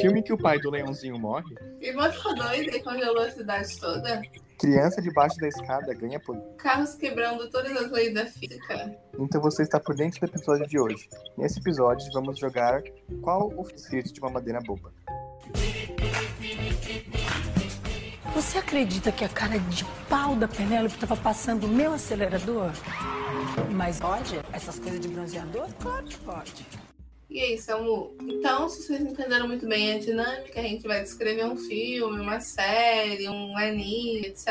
filme que o pai do leãozinho morre, Emocionou e congelou a cidade toda. criança debaixo da escada ganha poder. Carros quebrando todas as leis da física. Então você está por dentro do episódio de hoje. Nesse episódio, vamos jogar qual o escrito de uma madeira boba. Você acredita que a cara de pau da Penélope estava passando o meu acelerador? Mas pode? Essas coisas de bronzeador? Claro que pode. E é isso, amor. Então, se vocês entenderam muito bem a dinâmica, a gente vai descrever um filme, uma série, um anime, etc.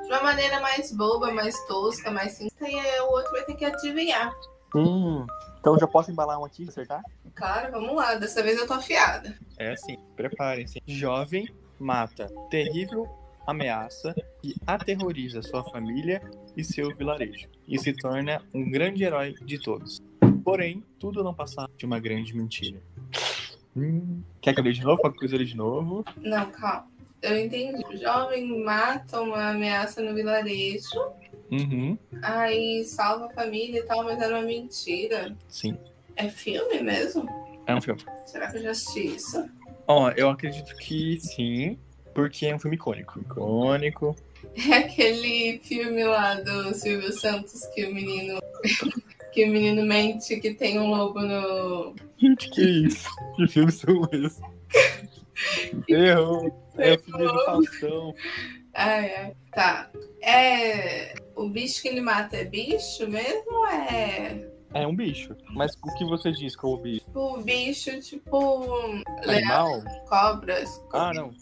De uma maneira mais boba, mais tosca, mais simples. E aí o outro vai ter que adivinhar. Hum, então já posso embalar um aqui e acertar? Claro, vamos lá. Dessa vez eu tô afiada. É assim, preparem-se. Jovem mata terrível ameaça que aterroriza sua família e seu vilarejo e se torna um grande herói de todos. Porém, tudo não passa de uma grande mentira. Hum, Quer que eu leia de novo? Qualquer coisa eu leio de novo. Não, calma. Eu entendi. O jovem mata uma ameaça no vilarejo, Uhum, aí salva a família e tal, mas era uma mentira. sim. É filme mesmo? É um filme. Será que eu já assisti isso? Ó, eu acredito que sim, porque é um filme icônico. Icônico. É aquele filme lá do Silvio Santos que o menino. que o menino mente que tem um lobo no. Gente, que isso? Que filmes são esses? Errou. É o filme do Faustão. Ai, ai. Tá. É. O bicho que ele mata é bicho mesmo? ou É. É um bicho. Mas o que você diz com o bicho? Tipo, bicho, tipo. Leão, Animal? cobras. Ah, não.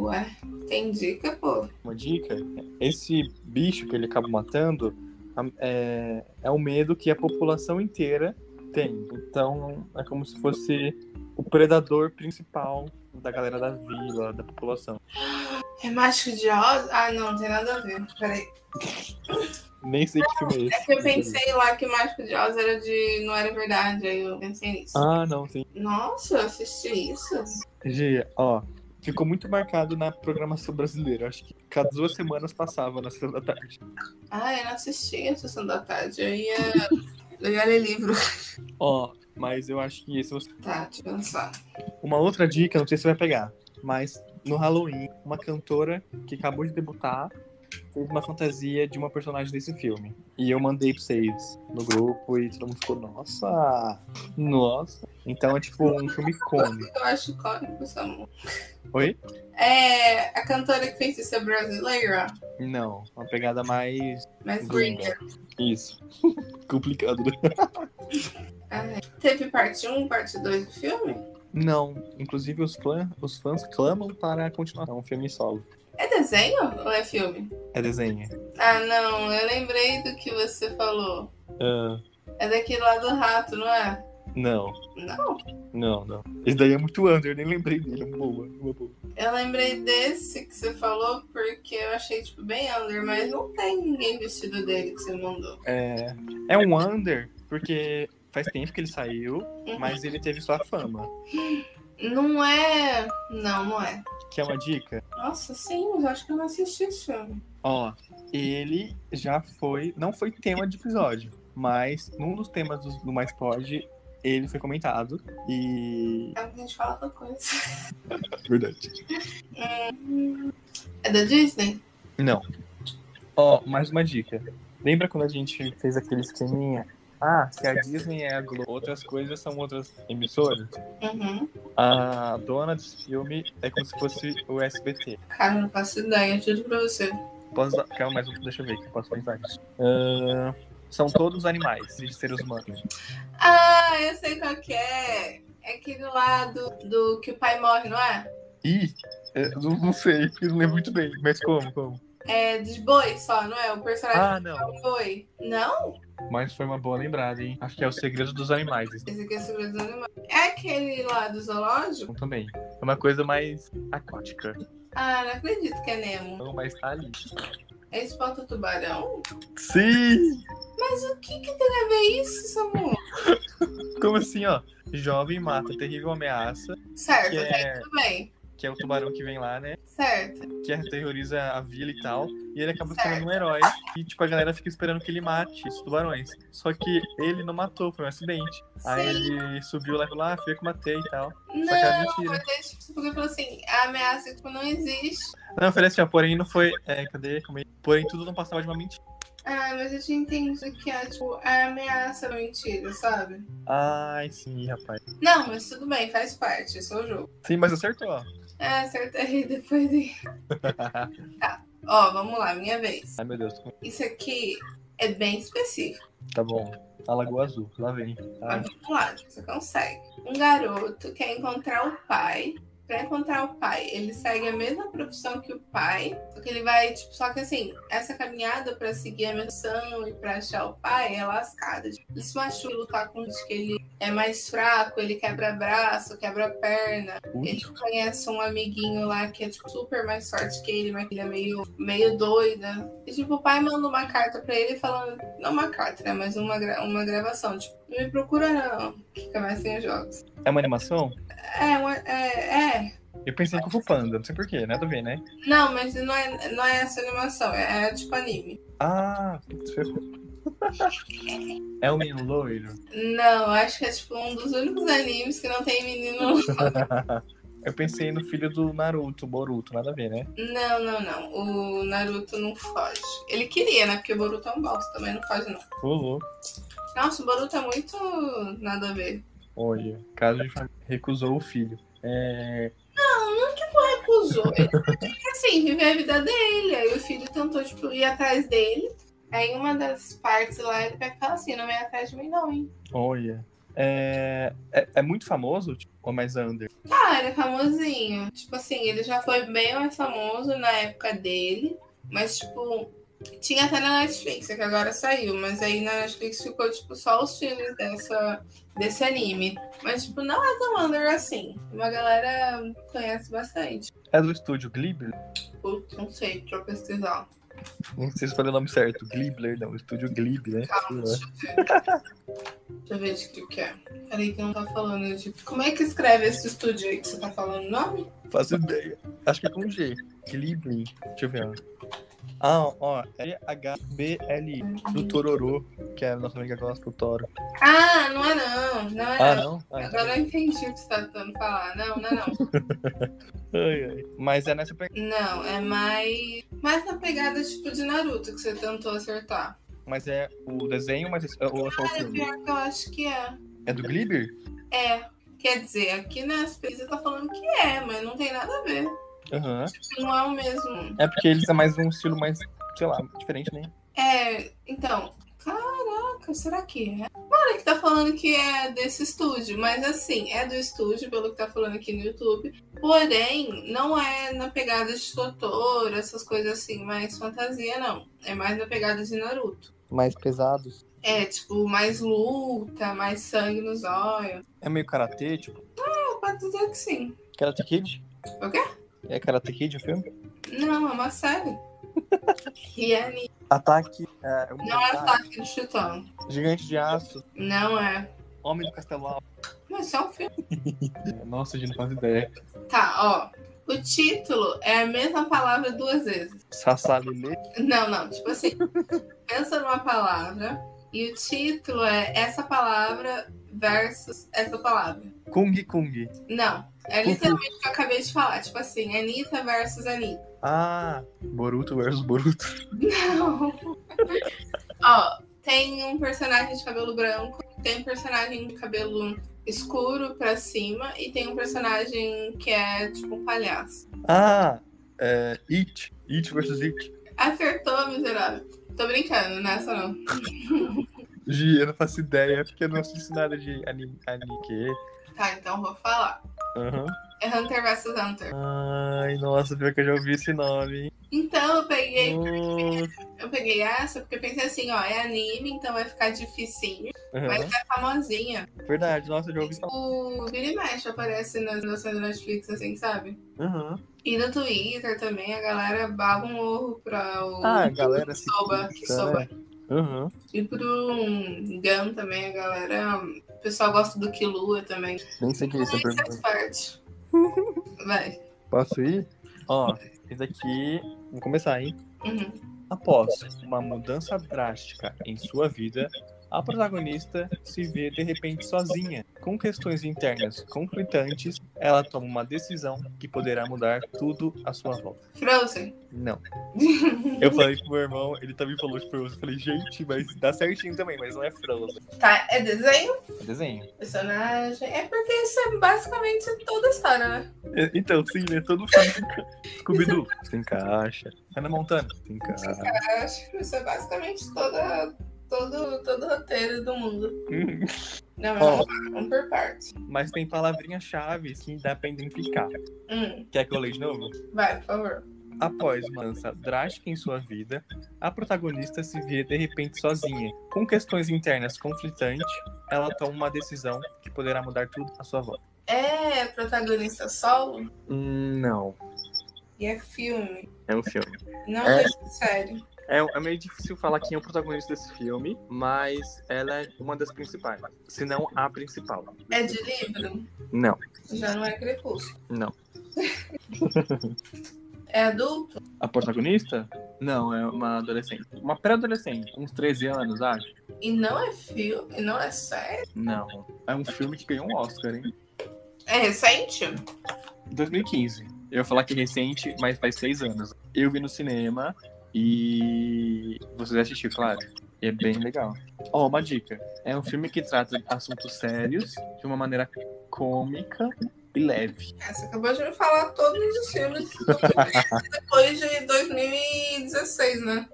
Ué, tem dica, pô. Uma dica. Esse bicho que ele acaba matando a- é, é o medo que a população inteira tem. Então, é como se fosse o predador principal da galera da vila, da população. É mágico de Oz? Ah, não, não tem nada a ver. Peraí. Nem sei que filme é esse. Eu pensei lá que mágico de Oz era de. não era verdade, aí eu pensei nisso. Ah, não, sim. Nossa, eu assisti isso? Gi, ó, ficou muito marcado na programação brasileira. Acho que cada duas semanas passava na sessão da tarde. Ah, eu não assisti a sessão da tarde. Eu ia. Eu ia ler livro. Ó, mas eu acho que esse você Tá, deixa eu pensar. Uma outra dica, não sei se você vai pegar, mas no Halloween, uma cantora que acabou de debutar fez uma fantasia de uma personagem desse filme. E eu mandei pra vocês no grupo e todo mundo ficou, nossa, nossa. Então é tipo um filme cômico. Eu acho é cômico, Samu. Oi? É. A cantora que fez isso é brasileira, Não, uma pegada mais mas gringa. gringa. Isso. Complicado, né? Ah, Teve parte 1, parte 2 do filme? Não, inclusive os, fã, os fãs clamam para a continuação. É um filme solo. É desenho ou é filme? É desenho. Ah, não, eu lembrei do que você falou. Ah, É daquele lá do rato, não é? não, Não, não, não. Esse daí é muito under, nem lembrei dele. é Uma boa, uma boa. eu lembrei desse que você falou porque eu achei, tipo, bem under, mas não tem ninguém vestido dele que você mandou. É, é um under, porque faz tempo que ele saiu, Uhum. mas ele teve sua fama. Não é. Não, não é. Que é uma dica. Nossa, sim, mas eu acho que eu não assisti esse filme. Ó, ele já foi. Não foi tema de episódio, mas num dos temas do, do Mais Pod, ele foi comentado. E. É o que a gente fala outra coisa. Verdade. É da Disney? Não. Ó, mais uma dica. Lembra quando a gente fez aquele esqueminha? Ah, se a Disney é a Globo, outras coisas são outras emissoras. Uhum. A dona desse filme é como se fosse o SBT. Cara, eu não faço ideia, eu juro pra você. Posso dar... Calma, mais um. Deixa eu ver que eu posso pensar aqui. Ahn, são todos animais de seres humanos. Ah, eu sei qual que é. É aquele lá do, do que o pai morre, não é? Ih, é, não, não sei, porque não lembro muito bem. Mas como, como? É de boi só, não é? O personagem Ah, não. é um boi. Não? Mas foi uma boa lembrada, hein? Acho que é o segredo dos animais. Esse Esse aqui é sobre os animais. É aquele lá do zoológico? filme também. É uma coisa mais aquática. Ah, não acredito que é Nemo. Não, mas tá ali. É espota tubarão? Sim! Mas o que que tem a ver isso, Samu? Como assim, ó? Jovem mata terrível ameaça. Certo, Que até é- aí tudo bem. que é o tubarão que vem lá, né? Certo. Que aterroriza a vila e tal. E ele acaba se Certo. tornando um herói. E, tipo, a galera fica esperando que ele mate os tubarões. Só que ele não matou, foi um acidente. Aí Sim. ele subiu lá e falou: Ah, fui eu que matei e tal. Só que era Não, mentira. mas aí, tipo, porque falou assim, a ameaça tipo, não existe. Não, eu falei assim: ó, porém não foi. É, cadê? Como é? Porém tudo não passava de uma mentira. Ah, mas eu tinha entendido que é, tipo, a ameaça é mentira, sabe? Ai, sim, rapaz. Não, mas tudo bem, faz parte, esse é o jogo. Sim, mas acertou, ó. Ah, acertei depois de. Ó, vamos lá, minha vez. Ai, meu Deus, Isso aqui é bem específico. tá bom. A Lagoa Azul, lá vem. Ai, Mas vamos lá, você consegue. Um garoto quer encontrar o pai. Pra encontrar o pai, ele segue a mesma profissão que o pai. Só que ele vai, tipo, só que assim, essa caminhada pra seguir a missão e pra achar o pai é lascada. Tipo, Ele se machuca lutar com gente que ele é mais fraco, ele quebra braço, quebra perna. Ele putz. conhece um amiguinho lá que é tipo, super mais forte que ele, mas ele é meio, meio doida. E tipo, o pai manda uma carta pra ele falando, não uma carta, né? Mas uma, gra- uma gravação, tipo, não me procura não, que comecem os jogos. É uma animação? É, uma- é, é. Eu pensei em Kung Fu Panda, não sei porquê, nada a ver, né? Não, mas não é, não é essa animação, é, é tipo anime. Ah, putz, ferrou. É um menino loiro. Não, acho que é tipo um dos únicos animes que não tem menino. Eu pensei no filho do Naruto, Boruto, nada a ver, né? Não, não, não. O Naruto não foge. Ele queria, né? Porque o Boruto é um bosta, também não foge, não. Ô, louco. Nossa, o Boruto é muito nada a ver. Olha, caso de família. Recusou o filho. É... recusou. Ele queria, assim, viver a vida dele. Aí o filho tentou, tipo, ir atrás dele. Aí uma das partes lá, ele pega e fala assim, não vem atrás de mim não, hein. Olha. É... É, é muito famoso, tipo, ou mais under? Cara, é famosinho. Tipo assim, ele já foi bem mais famoso na época dele. Mas, tipo, tinha até na Netflix, é que agora saiu. Mas aí na Netflix ficou, tipo, só os filmes dessa, desse anime. Mas, tipo, não é tão under assim. Uma galera conhece bastante. É do estúdio Glibler? Putz, não sei, deixa eu pesquisar. Não sei se falei o nome certo. Glibler, não. Estúdio Glib, né? Sei lá. Deixa eu ver de que que é. Peraí que não tá falando de... Como é que escreve esse estúdio aí que você tá falando o nome? Faço ideia. Acho que é com G. Glibling. Deixa eu ver. ó. Ah, ó, ó. É H-B-L-I. Do Tororô, que é a nossa amiga gosta do Toro. Ah, não é não. Não é Ah, não. não? Ah, Agora eu entendi o que você tá tentando falar. Não, não é não. ai, ai. Mas é nessa pegada. não, é mais... Mais na pegada tipo de Naruto que você tentou acertar. Mas é o desenho, mas é ou é só o É filme? pior que eu acho que é. É do Gliber? É. Quer dizer, aqui nas pesquisas tá falando que é, mas não tem nada a ver. Aham. Não é o mesmo. É porque eles é mais um estilo mais, sei lá, diferente, né? É, então, caraca, será que é? Cara, que tá falando que é desse estúdio, mas assim, é do estúdio, pelo que tá falando aqui no YouTube. Porém, não é na pegada de Totoro, essas coisas assim, mais fantasia, não. É mais na pegada de Naruto. Mais pesados. É, tipo, mais luta, mais sangue nos olhos. É meio karatê, tipo. Eu posso dizer que sim. Karate Kid? O quê? É Karate Kid o filme? Não, é uma série. e é anime. Ataque. É, um Não é ataque de titã. Gigante de aço. Não é. Homem do Castelo Alto. Mas é um filme. É, Nossa, a gente não faz ideia. Tá, ó. O título é a mesma palavra duas vezes. Sassalilê. Não, não, tipo assim. pensa numa palavra e o título é essa palavra versus essa palavra. Kung Kung. Não, é literalmente o que eu acabei de falar. Tipo assim, Anitta versus Anitta. Ah, Boruto versus Boruto. Não. ó, tem um personagem de cabelo branco, tem um personagem de cabelo escuro pra cima e tem um personagem que é tipo um palhaço. Ah, é, It. It versus It. Acertou, miserável. Tô brincando, né, nessa não. Gi, eu não faço ideia, é porque eu não assisto nada de anime. anime que? Tá, então vou falar. Aham. É Hunter vs Hunter. Ai, nossa, pior que eu já ouvi esse nome, hein? Então eu peguei, Nossa. eu peguei essa porque eu pensei assim, ó, é anime, então vai ficar dificinho, mas Aham. é famosinha. Verdade, nossa, eu já ouvi falar. O Vira e mexe aparece nas noções do Netflix, assim, sabe? Aham. E no Twitter também a galera baga um ovo pra o Ah, É. galera, se né? Soba, que Soba. Aham. E pro hum, Gun também, a galera. O pessoal gosta do Kilua também. Nem sei o que é isso, eu Mas faz pergunto. parte. Vai. Posso ir? Ó, esse aqui. Vamos começar, hein? Uhum. Após uma mudança drástica em sua vida, a protagonista se vê de repente sozinha. Com questões internas conflitantes, ela toma uma decisão que poderá mudar tudo à sua volta. Frozen. Não. Eu falei pro meu irmão, ele também falou de Frozen. Eu falei, gente, mas dá certinho também, mas não é Frozen. Tá, é desenho, É desenho. personagem. É porque isso é basicamente toda a história, né? É, Então, sim, né? Todo filme. se enca- Scooby-Doo. Se encaixa. Hannah Montana. Se encaixa. Eu acho que isso é basicamente toda, todo, todo o roteiro do mundo. Hum. Uhum. Não, mas Ó. vamos, vamos por partes. Mas tem palavrinhas-chave que dá pra identificar. Hum, Quer que eu leia de novo? vai, por favor. Após uma mudança drástica em sua vida, a protagonista se vê de repente sozinha. Com questões internas conflitantes, ela toma uma decisão que poderá mudar tudo à sua volta. É protagonista solo não, e é filme. Hum, É um filme. Não É. é sério. É, é meio difícil falar quem é o protagonista desse filme, mas ela é uma das principais. Se não a principal. É de livro? Não, Já não é crepúsculo. não. É adulto? A protagonista? Não, é uma adolescente. Uma pré-adolescente, uns 13 anos, acho. E não é filme? E não é sério? Não. É um filme que ganhou um Oscar, hein? É recente? 2015. Eu ia falar que é recente, mas faz seis anos. Eu vi no cinema e vocês assistiram, claro. E é bem legal. Ó, uma dica. É um filme que trata assuntos sérios de uma maneira cômica e leve. Ah, Você acabou de me falar todos os filmes que eu vi depois de 2016, né?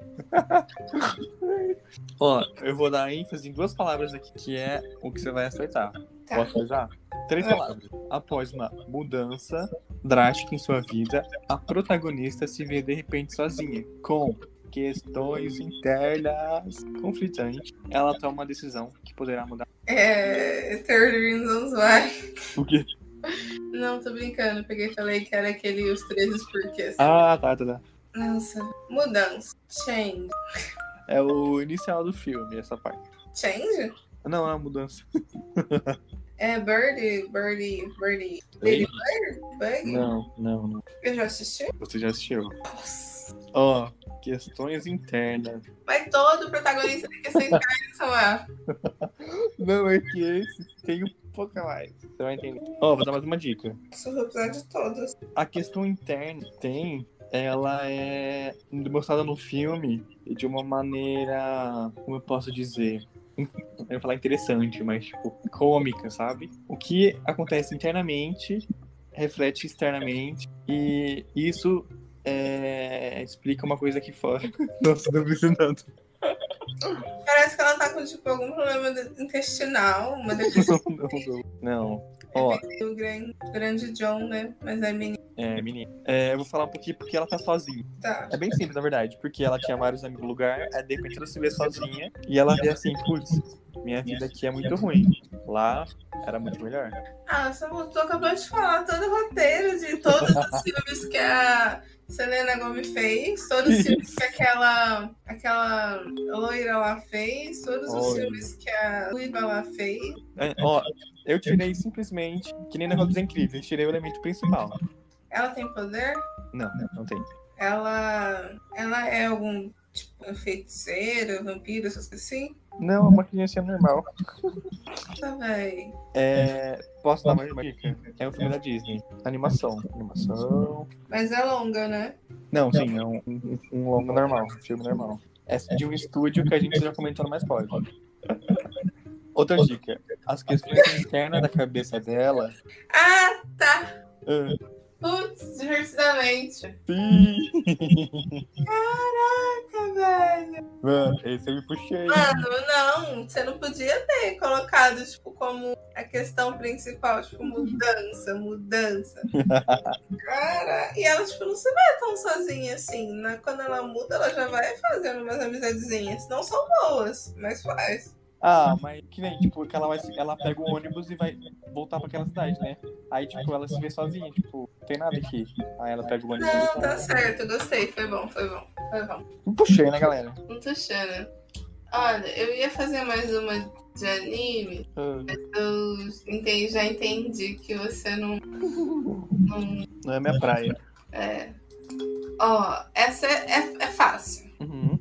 Ó, eu vou dar ênfase em duas palavras aqui, que é o que você vai acertar. Tá. Posso usar? Três É. palavras. Após uma mudança drástica em sua vida, a protagonista se vê de repente sozinha, com questões internas conflitantes. Ela toma uma decisão que poderá mudar. É. Third Reasons Why. O quê? Não, tô brincando. eu Peguei e falei que era aquele Os 13 Porquês. Ah, tá, tá, tá. Nossa. Mudança. Change. É o inicial do filme, essa parte. Change? Não, é uma mudança. É Birdie, Birdie, Birdie. Lady Bird? Bug? Não, não, não. Eu já assisti? Você já assistiu? Nossa. Ó, questões internas. Mas todo protagonista tem que ser Skyrim, Samuel. Não, é que esse tem um pouco a mais. Você vai entender. Ó, vou dar mais uma dica. Isso eu vou precisar de todos. a questão interna que tem, ela é demonstrada no filme de uma maneira, como eu posso dizer, eu ia falar interessante, mas tipo, cômica, sabe? O que acontece internamente reflete externamente e isso é, explica uma coisa aqui fora. Nossa, não vi nada. Parece que ela tá com, tipo, algum problema de- intestinal, uma deficiência. Não, não. Não. Ó, O grande, grande John, né? Mas é menina. é, menina. É, eu vou falar um pouquinho porque ela tá sozinha. Tá. É bem simples, na verdade, porque ela tinha vários amigos no lugar, aí de repente ela se vê sozinha e ela vê assim, putz, minha vida aqui é muito ruim. Lá era muito melhor. Ah, Samuel, tu acabou de falar todo o roteiro de todos os filmes que a Selena Gomez fez, todos os filmes que aquela, aquela loira lá fez, todos os Olha. filmes que a Ruiva lá fez. É, ó, eu tirei simplesmente, que nem negócio dos incríveis, tirei o elemento principal. Ela tem poder? Não, não tem. Ela, ela é algum tipo um feiticeiro, vampiro, essas coisas assim? Não, é uma criança normal. Tá, véi. É, posso dar mais uma dica? É um filme da Disney. Animação. Animação. Mas é longa, né? Não, sim, é um, um, um longo normal, um filme normal. É de um estúdio que a gente já comentou no mais pode. Outra dica. As questões internas da cabeça dela Ah, tá. Ah, Putz, divertidamente. Sim! Caraca, velho. Mano, esse eu me puxei. Mano, não, você não podia ter colocado, tipo, como a questão principal, tipo, mudança, mudança. Cara, e ela, tipo, não se vê tão sozinha assim, né? Quando ela muda, ela já vai fazendo umas amizadezinhas. Não são boas, mas faz. Ah, mas que nem, tipo, que ela, vai, se- ela pega o ônibus e vai voltar pra aquela cidade, né? Aí, tipo, ela se vê sozinha, tipo, não tem nada aqui. Aí ela pega o ônibus e Não, tá volta. certo, gostei, foi bom, foi bom, foi bom. Me puxei, né, galera? Não tô achando. Olha, eu ia fazer mais uma de anime, Ah, eu entendi, já entendi que você não. não não é minha praia. é. Ó, essa é, é- é fácil. Uhum.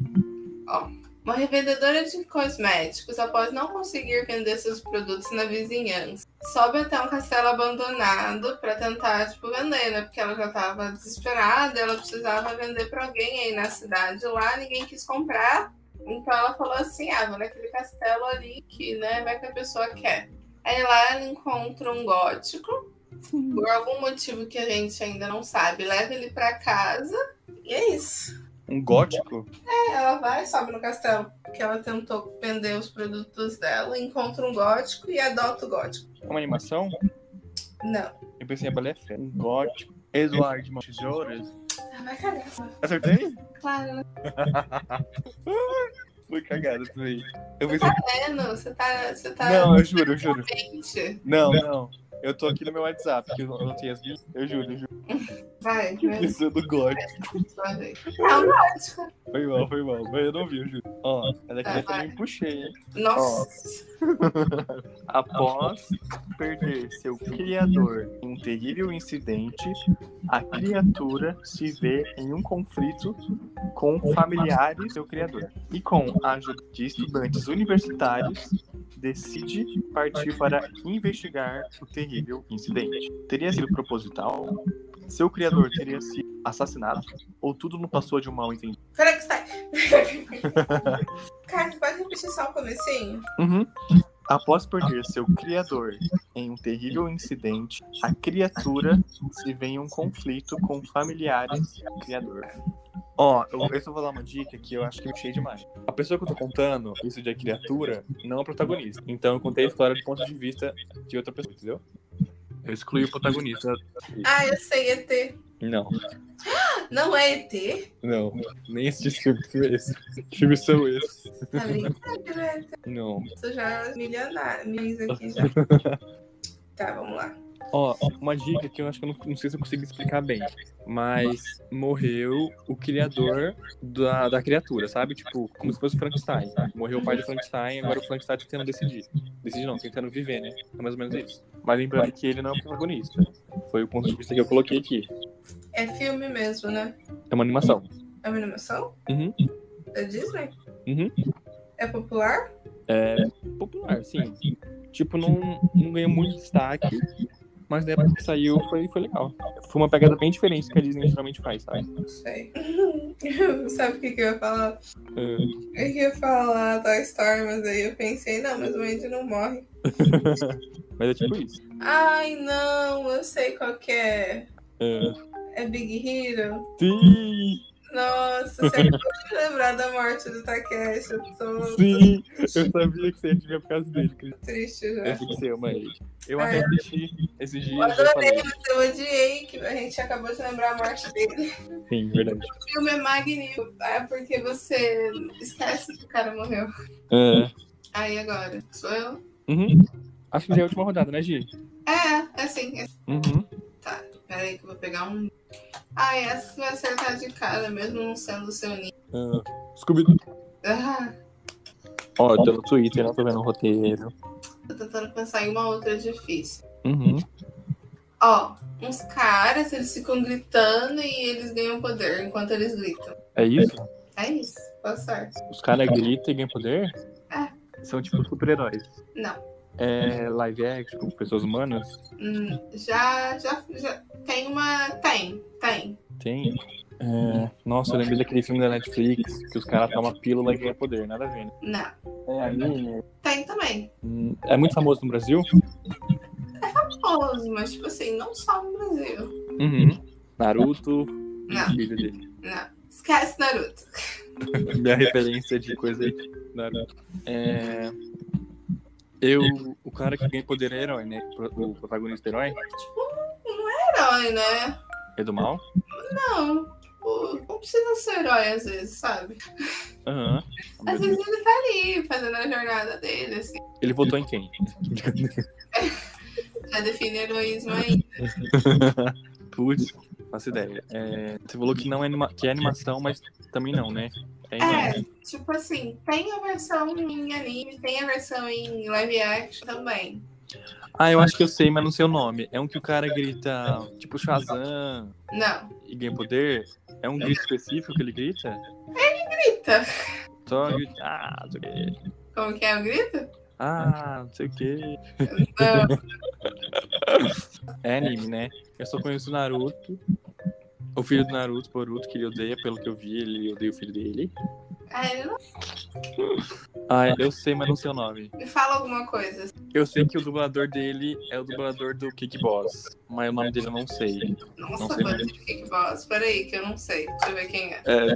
Uma revendedora de cosméticos, após não conseguir vender seus produtos na vizinhança, sobe até um castelo abandonado pra tentar, tipo, vender, né? Porque ela já tava desesperada, ela precisava vender pra alguém aí na cidade lá, ninguém quis comprar. Então ela falou assim: ah, vou naquele castelo ali que, né, vai que a pessoa quer. Aí lá ela encontra um gótico, por algum motivo que a gente ainda não sabe, leva ele pra casa e é isso. Um gótico? Ela vai, sobe no castelo, porque ela tentou vender os produtos dela, encontra um gótico e adota o gótico. É uma animação? Não. Eu pensei em balé fé. Um gótico. Eduardo de Mão Tesouras. Ela vai cagar. Acertei? Claro, né? Foi cagada também. Eu pensei. Leno, você tá. Você tá Não, eu juro, eu juro. Gente, Não, não. Eu tô aqui no meu WhatsApp, que eu não tenho as minhas. Eu juro, eu juro. Vai, vai, Isso é do gótico. sua vez. É um gótico. Foi mal, foi mal. Mas eu não vi, eu juro. Ó, ela aqui eu também puxei, hein? Nossa. Após perder seu criador em um terrível incidente, a criatura se vê em um conflito com familiares do seu criador. E com a ajuda de estudantes universitários, decide partir para investigar o terrível incidente. Teria sido proposital? Seu criador teria sido assassinado? Ou tudo não passou de um mal entendido? Peraí que sai. Cara, pode repetir só o comecinho? Uhum. Após perder seu criador em um terrível incidente, a criatura se vê em um conflito com familiares do criador. Ó, eu, eu só vou dar uma dica que eu acho que eu puxei demais. A pessoa que eu tô contando isso de a criatura não é o protagonista. Então eu contei a história do ponto de vista de outra pessoa, entendeu? Eu excluí o protagonista. Ah, eu sei, ET. Não, Não é ET? não. Nem assisti esse filme. foi esse. Que filmes são esses? Tá brincando, né? Não. Isso já é milionário. Milhões aqui já. Tá, vamos lá. Ó, uma dica que eu acho que eu não, não sei se eu consigo explicar bem, mas morreu o criador da, da criatura, sabe? Tipo, como se fosse o Frankenstein. Morreu o pai do Frankenstein, agora o Frankenstein tá tentando decidir. Decidir não, tentando viver, né? É mais ou menos isso. Mas lembrando que ele não é o protagonista. Foi o ponto de vista que eu coloquei aqui. É filme mesmo, né? É uma animação. É uma animação? Uhum. Da É Disney? Uhum. É popular? É popular, sim. Tipo, não, não ganhou muito destaque, mas na época que saiu foi, foi legal. Foi uma pegada bem diferente que a Disney geralmente faz, sabe? Não sei. Sabe o que, que eu ia falar? É. Eu ia falar Toy Story, mas aí eu pensei, não, mas o Andy não morre. Mas é tipo isso. Ai, não, eu sei qual que é. É. É Big Hero? Sim, Nossa, você acabou de lembrar da morte do Takeshi. Eu tô sim. Eu sabia que você ia adivinhar por causa dele, Cris. triste já. Eu sei que você ama ele. Eu É. até assisti esses dias. Eu eu adorei, falei, mas eu odiei que a gente acabou de lembrar a morte dele. Sim, verdade. O filme é magnífico. É porque você esquece que o cara morreu. É. Aí agora, sou eu? Uhum. Acho que já é a última rodada, né, Gi? É, é assim, é assim. Uhum. Peraí que eu vou pegar um. Ah, essa você vai acertar de cara, mesmo não sendo o seu ninho. Ah, Scooby-Doo. Ah, Ó, eu tô no Twitter, não tô vendo o roteiro. tô tentando pensar em uma outra difícil. Uhum. Ó, uns caras, eles ficam gritando e eles ganham poder enquanto eles gritam. É isso? É isso. Boa sorte. Os caras gritam e ganham poder? É. São tipo super-heróis. Não. É live action, com pessoas humanas? Hum, já, já, já. Tem uma. Tem, tem. Tem. É, Nossa, eu lembrei daquele filme da Netflix que os caras tomam pílula e ganham poder, nada a ver, né? Não. É anime? Tem também. É muito famoso no Brasil? Famoso, mas tipo assim, não só no Brasil. Uhum. Naruto, Não, filho dele. não. Esquece Naruto. Minha referência de coisa aí. Naruto. É... Eu, o cara que ganha poder é herói, né? Pro- O protagonista herói Herói, né? é do mal. Não, tipo, não precisa ser herói às vezes, sabe? Aham. Às vezes ele tá ali fazendo a jornada dele, assim. Ele votou em quem? Já define heroísmo aí. Putz, faço ideia. É, Você falou que não é anima... que é animação, mas também não, né? Tem, É, tipo assim, tem a versão em anime, tem a versão em live action também. Ah, eu acho que eu sei, mas não sei o nome. É um que o cara grita, tipo Shazam Não. e Game Poder. É um grito específico que ele grita? Grita. Só grita, ah, não sei o quê. Como que é o grito? Ah, não sei o quê. Não. É anime, né? Eu só conheço o Naruto. O filho do Naruto, Boruto, que ele odeia, pelo que eu vi, ele odeia o filho dele. Ah, ele não Ah, eu sei, mas não sei o nome. me fala alguma coisa. Eu sei que o dublador dele é o dublador do Kick Boss, mas o nome dele eu não sei. Nossa, Não sei banda de kickbox. Peraí, que eu não sei. Deixa eu ver quem é. É,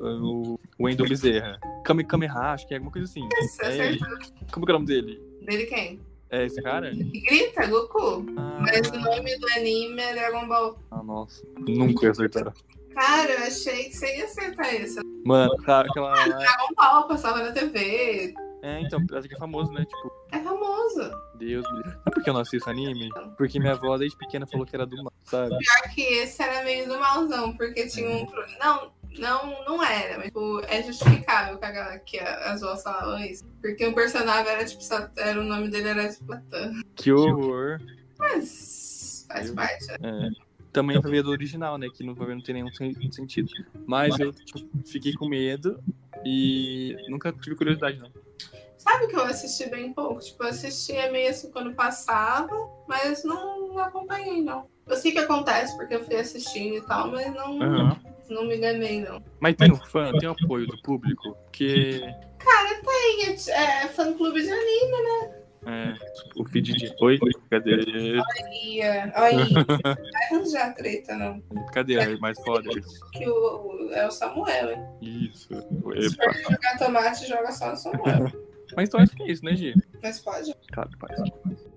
o o Wendel Bezerra. Kame Kameha, acho que é alguma coisa assim. Você É ele. acertou. Como que é o nome dele? Dele quem? É esse cara? Grita, Goku. Ah, Mas o nome do anime é Dragon Ball. ah, nossa. Nunca ia acertar. Cara, eu achei que você ia acertar isso. É um Mano, tá, aquela. Dragon Ball passava na TV. É, então, acho que é famoso, né? Tipo, É famoso. Deus me livre. Sabe por que eu não assisto anime? Porque minha avó desde pequena falou que era do mal, sabe? Pior que esse era meio do malzão, porque tinha um. pro- Não, não, não era, mas tipo, é justificável que, a, galera- que a- as vozes falavam isso. Porque o personagem era tipo, Sat- era, o nome dele era tipo Satã. Que horror. Mas faz parte. né? É. Também pra ver do original, né? Que não, pra ver não tem nenhum sen- sentido. Mas eu tipo, fiquei com medo e nunca tive curiosidade, não. Sabe que eu assisti bem pouco? Tipo, eu assistia meio assim quando passava, mas não acompanhei, não. Eu sei que acontece porque eu fui assistindo e tal, mas não, não me enganei, não. Mas tem um fã, tem o apoio do público, porque Cara, tem é, é, fã-clube de anime. é, o feed de. Oi? Cadê? Olha aí, não vai arranjar treta, não. Cadê a mais foda? que o, o- é o Samuel, hein? Isso. Se Epa. for jogar tomate, joga só no Samuel. Mas então acho que é isso, né, Gi? Mas pode. Claro, pai.